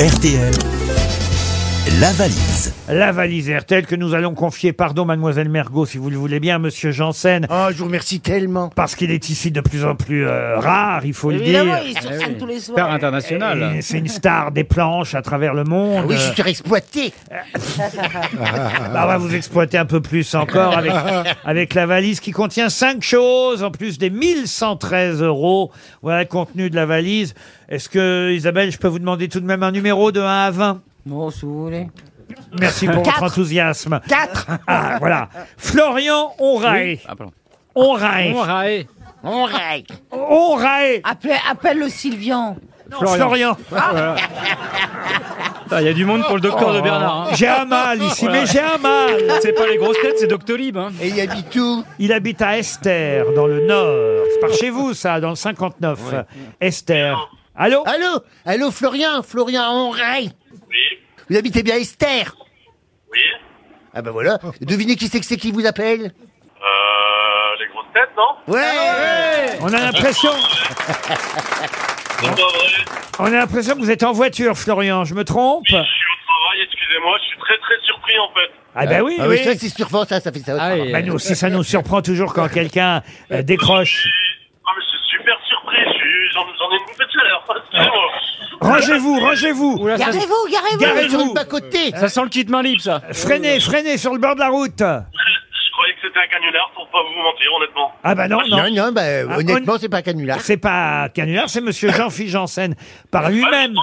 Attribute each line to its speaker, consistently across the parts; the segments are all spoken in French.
Speaker 1: RTL, la valise.
Speaker 2: La valise RTL que nous allons confier, pardon mademoiselle Mergot si vous le voulez bien, à monsieur Janssen,
Speaker 3: Ah, je vous remercie tellement.
Speaker 2: parce qu'il est ici de plus en plus euh, rare, il faut le
Speaker 4: Évidemment,
Speaker 5: Ah,
Speaker 2: dire.
Speaker 4: il est sur scène tous les soirs.
Speaker 5: Star international.
Speaker 2: Et C'est une star des planches à travers le monde.
Speaker 3: Ah Oui, je suis exploité.
Speaker 2: Bah, on va vous exploiter un peu plus encore avec, avec la valise qui contient cinq choses, en plus des 1113 euros. Voilà le contenu de la valise. Est-ce que, Isabelle, je peux vous demander tout de même un numéro de 1 à 20
Speaker 4: Bon, si vous voulez.
Speaker 2: Merci pour votre enthousiasme.
Speaker 3: 4
Speaker 2: Ah, voilà. Florian Onrae.
Speaker 5: Ah, pardon.
Speaker 2: Onrae.
Speaker 5: Rae.
Speaker 3: On raille.
Speaker 2: Onrae.
Speaker 4: Appelle, appelle le Sylvian.
Speaker 2: Non, Florian.
Speaker 5: Putain, Il y a du monde pour le docteur de Bernard. hein.
Speaker 2: J'ai un mal ici, mais j'ai un mal.
Speaker 5: C'est pas les grosses têtes, c'est Doctolib. Hein.
Speaker 3: Et il y habite tout.
Speaker 2: Il habite à Esther, dans le Nord. C'est par chez vous, ça, dans le 59. Esther. Allô
Speaker 3: Allô Allô, Florian Florian, on raille. Vous habitez bien Esther
Speaker 6: Oui.
Speaker 3: Ah ben voilà. Devinez qui c'est que c'est qui vous appelle
Speaker 6: Euh, les grosses têtes, non
Speaker 3: Ouais
Speaker 5: Ah,
Speaker 3: Ah,
Speaker 2: On a l'impression,
Speaker 6: C'est pas vrai.
Speaker 2: on a l'impression que vous êtes en voiture, Florian. Je me trompe
Speaker 6: Je suis au travail, excusez-moi, je suis très très surpris en fait.
Speaker 2: Ah
Speaker 5: Euh,
Speaker 2: ben oui,
Speaker 3: Ah oui,
Speaker 2: oui.
Speaker 3: ça c'est surfort, ça, ça fait ça.
Speaker 5: Ah,
Speaker 2: Bah, nous aussi, ça nous surprend toujours quand quelqu'un euh, décroche.
Speaker 6: Ah, mais je suis super surpris, je suis- j'en j'en ai une bouffée de chaleur. Excusez-moi.
Speaker 2: Rangez-vous, rangez-vous.
Speaker 3: Ah.
Speaker 5: Oula, ça,
Speaker 4: Garez-vous, garez-vous.
Speaker 3: Arrête sur
Speaker 2: Garez-vous.
Speaker 3: une pacotée
Speaker 5: ça sent le kit main libre, ça.
Speaker 2: Freinez, freinez sur le bord de la route.
Speaker 6: Je croyais que c'était un canular pour pas vous mentir, honnêtement.
Speaker 2: Ah ben non, non.
Speaker 3: Non, non, bah, euh,
Speaker 2: Ah,
Speaker 3: honnêtement, c'est pas un
Speaker 5: Ah,
Speaker 3: canular.
Speaker 2: C'est pas Canular, c'est monsieur Jean-Philippe Janssen par lui-même.
Speaker 6: Bah,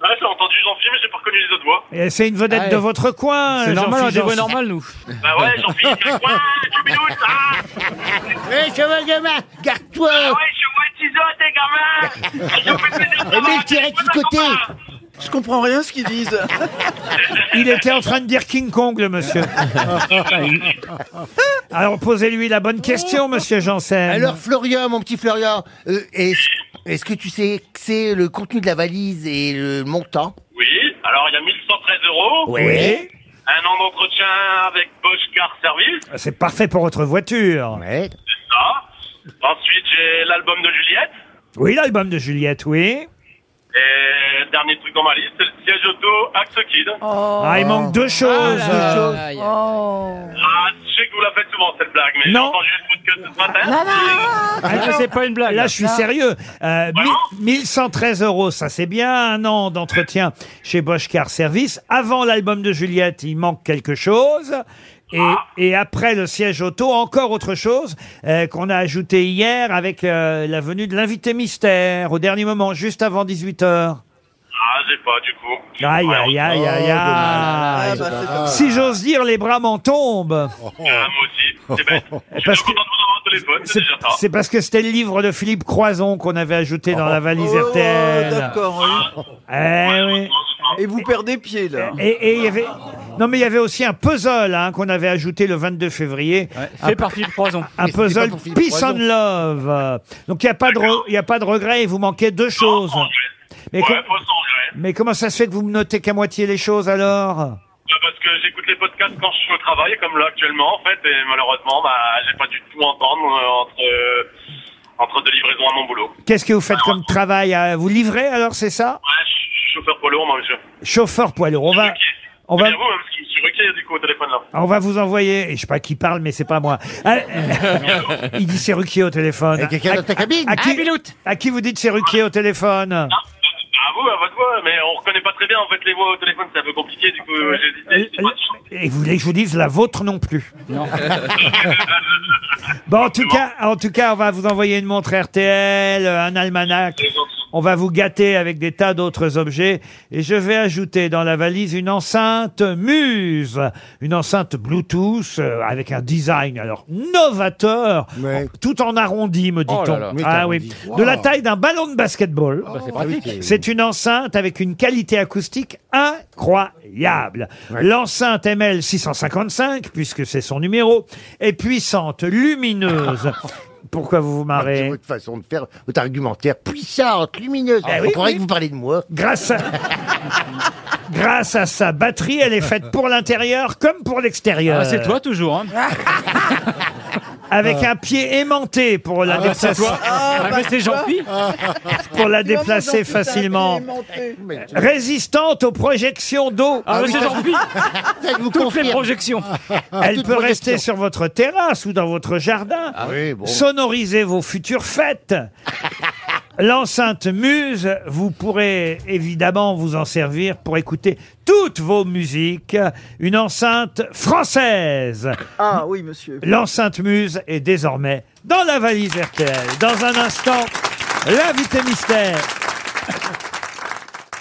Speaker 6: Ouais, j'ai entendu Jean-Philippe, mais j'ai pas reconnu les autres voix.
Speaker 2: Et C'est une vedette
Speaker 5: Ah Ouais.
Speaker 2: de votre coin.
Speaker 5: C'est
Speaker 2: Jean-Phi
Speaker 5: normal, on est des voix
Speaker 2: Janssen.
Speaker 5: normales, nous.
Speaker 6: Bah ouais, Jean-Philippe, ouais, tu bidouilles, ah
Speaker 3: Hé, cheval gamin, garde-toi
Speaker 6: Bah Ouais, je vois Tizot, tes gamins Je vous fais plaisir, ça
Speaker 3: Et mets
Speaker 6: va,
Speaker 3: le tiret de ce
Speaker 6: je vous
Speaker 3: côté
Speaker 6: attends pas.
Speaker 7: Je comprends rien ce qu'ils disent.
Speaker 2: Il était en train de dire King Kong, le monsieur. Alors posez-lui la bonne question, monsieur Janssen.
Speaker 3: Alors Florian, mon petit Florian, euh, est-ce est-ce que tu sais que c'est le contenu de la valise et le montant
Speaker 6: Oui, alors il y a 1113 euros,
Speaker 2: oui,
Speaker 6: un an d'entretien avec Bosch Car Service.
Speaker 2: c'est parfait pour votre voiture.
Speaker 3: Ouais.
Speaker 6: Ça. Ensuite, j'ai l'album de Juliette.
Speaker 2: Oui, l'album de Juliette, oui.
Speaker 6: Et dernier truc dans ma liste, c'est le siège auto Axe Kid.
Speaker 2: Ah, il manque deux choses. euh,
Speaker 6: Ah, je sais que vous la faites souvent cette blague, mais j'ai
Speaker 2: Non.
Speaker 6: entendu le podcast ce matin.
Speaker 4: Non, non, non.
Speaker 5: Ah, c'est pas une blague.
Speaker 2: Là, je suis sérieux. Euh,
Speaker 6: Vraiment
Speaker 2: 1113 euros, ça c'est bien. Un an d'entretien chez Bosch Car Service. Avant l'album de Juliette, il manque quelque chose. Et,
Speaker 5: Ah.
Speaker 2: et après le siège auto, encore autre chose euh, qu'on a ajouté hier avec euh, la venue de l'invité mystère au dernier moment, juste avant 18h.
Speaker 6: Ah, j'ai pas du coup.
Speaker 2: Aïe, aïe,
Speaker 5: oh,
Speaker 2: aïe, aïe,
Speaker 5: Ah,
Speaker 2: aïe.
Speaker 5: bah,
Speaker 2: Si j'ose dire, les bras m'en tombent.
Speaker 6: Ah, moi aussi, c'est bête. Je suis
Speaker 2: Parce
Speaker 6: bien content de vous avoir au téléphone, c'est
Speaker 2: C'est-
Speaker 6: déjà ça.
Speaker 2: C'est parce que c'était le livre de Philippe Croison qu'on avait ajouté dans la valise
Speaker 3: Oh,
Speaker 2: RTL.
Speaker 7: D'accord. oui.
Speaker 2: Eh oui.
Speaker 7: Et vous perdez pied là.
Speaker 2: Et et il y avait. Non, mais il y avait aussi un puzzle hein, qu'on avait ajouté le 22 février.
Speaker 5: Ouais, fait par Philippe Croison.
Speaker 2: Un
Speaker 3: Mais c'était
Speaker 2: puzzle
Speaker 3: pas pour Philippe
Speaker 2: Peace and
Speaker 3: Croison.
Speaker 2: Love. Euh, Donc il n'y a, pas de re- il y a pas de regret, il vous manquait deux choses.
Speaker 6: Sans regret.
Speaker 2: Mais,
Speaker 6: Ouais,
Speaker 2: com-
Speaker 6: pas sans regret.
Speaker 2: mais comment ça se fait que vous me notez qu'à moitié les choses alors
Speaker 6: Bah, Parce que j'écoute les podcasts quand je suis au travail, comme là actuellement, en fait, et malheureusement, bah, j'ai pas du tout entendre euh, entre, euh, entre deux livraisons à mon boulot.
Speaker 2: Qu'est-ce que vous faites comme travail euh, Vous livrez alors, c'est ça
Speaker 6: Ouais, je suis chauffeur poids lourd, moi, monsieur.
Speaker 2: Chauffeur poids lourd. On va, on
Speaker 6: C'est
Speaker 2: va,
Speaker 6: bien vous, hein, parce que je suis requis, du coup, au téléphone, là.
Speaker 2: on va vous envoyer. Et je sais pas qui parle, mais c'est pas moi. Ah, il dit c'est Ruquier au téléphone.
Speaker 3: Et quelqu'un
Speaker 2: À-
Speaker 3: dans ta cabine
Speaker 2: à, qui, à qui vous dites c'est Ruquier au téléphone
Speaker 6: Ah vous, à votre voix, mais on reconnaît pas très bien en fait les voix au téléphone, c'est un peu compliqué, du coup j'ai
Speaker 2: Euh,
Speaker 6: hésité. j'ai pas sûr.
Speaker 2: Et vous voulez que je vous dise la vôtre non plus Bon, en tout cas, en tout cas, on va vous envoyer une montre RTL, un almanach. On va vous gâter avec des tas d'autres objets. Et je vais ajouter dans la valise une enceinte Muse, une enceinte Bluetooth euh, avec un design alors novateur,
Speaker 3: Ouais.
Speaker 2: en- tout en arrondi, me dit-on.
Speaker 5: Oh là Ah, bah, là.
Speaker 3: Oui,
Speaker 2: ah
Speaker 3: t'arrondis.
Speaker 2: oui,
Speaker 3: Wow. Ah
Speaker 2: de la taille d'un ballon de basketball. C'est une enceinte avec une qualité acoustique incroyable. L'enceinte ML 655, puisque c'est son numéro, est puissante, lumineuse. Pourquoi vous vous
Speaker 3: Ah, C'est
Speaker 2: marrez
Speaker 3: votre façon de faire, votre argumentaire puissante, lumineuse.
Speaker 2: Ah
Speaker 3: on
Speaker 2: oui,
Speaker 3: pourrait
Speaker 2: oui.
Speaker 3: que vous parlez de moi.
Speaker 2: Grâce à... Grâce à sa
Speaker 5: Euh,
Speaker 2: batterie, elle est faite pour l'intérieur comme pour l'extérieur.
Speaker 5: Ah, c'est toi toujours. Hein.
Speaker 2: avec un pied aimanté pour la déplacer,
Speaker 5: Ah, mais c'est gentil.
Speaker 2: pour la déplacer facilement. Résistante aux projections d'eau.
Speaker 5: Ah, mais c'est gentil.
Speaker 3: Peut-être vous
Speaker 5: Toutes les
Speaker 3: confirme.
Speaker 5: projections.
Speaker 2: Elle
Speaker 3: ah, toute
Speaker 2: peut
Speaker 3: projection.
Speaker 2: rester sur votre terrasse ou dans votre jardin.
Speaker 3: oui, bon.
Speaker 2: Sonorisez vos futures fêtes. L'enceinte Muse, vous pourrez évidemment vous en servir pour écouter toutes vos musiques. Une enceinte française.
Speaker 7: Ah oui, monsieur.
Speaker 2: L'enceinte Muse est désormais dans la valise RTL. Dans un instant, l'invité mystère.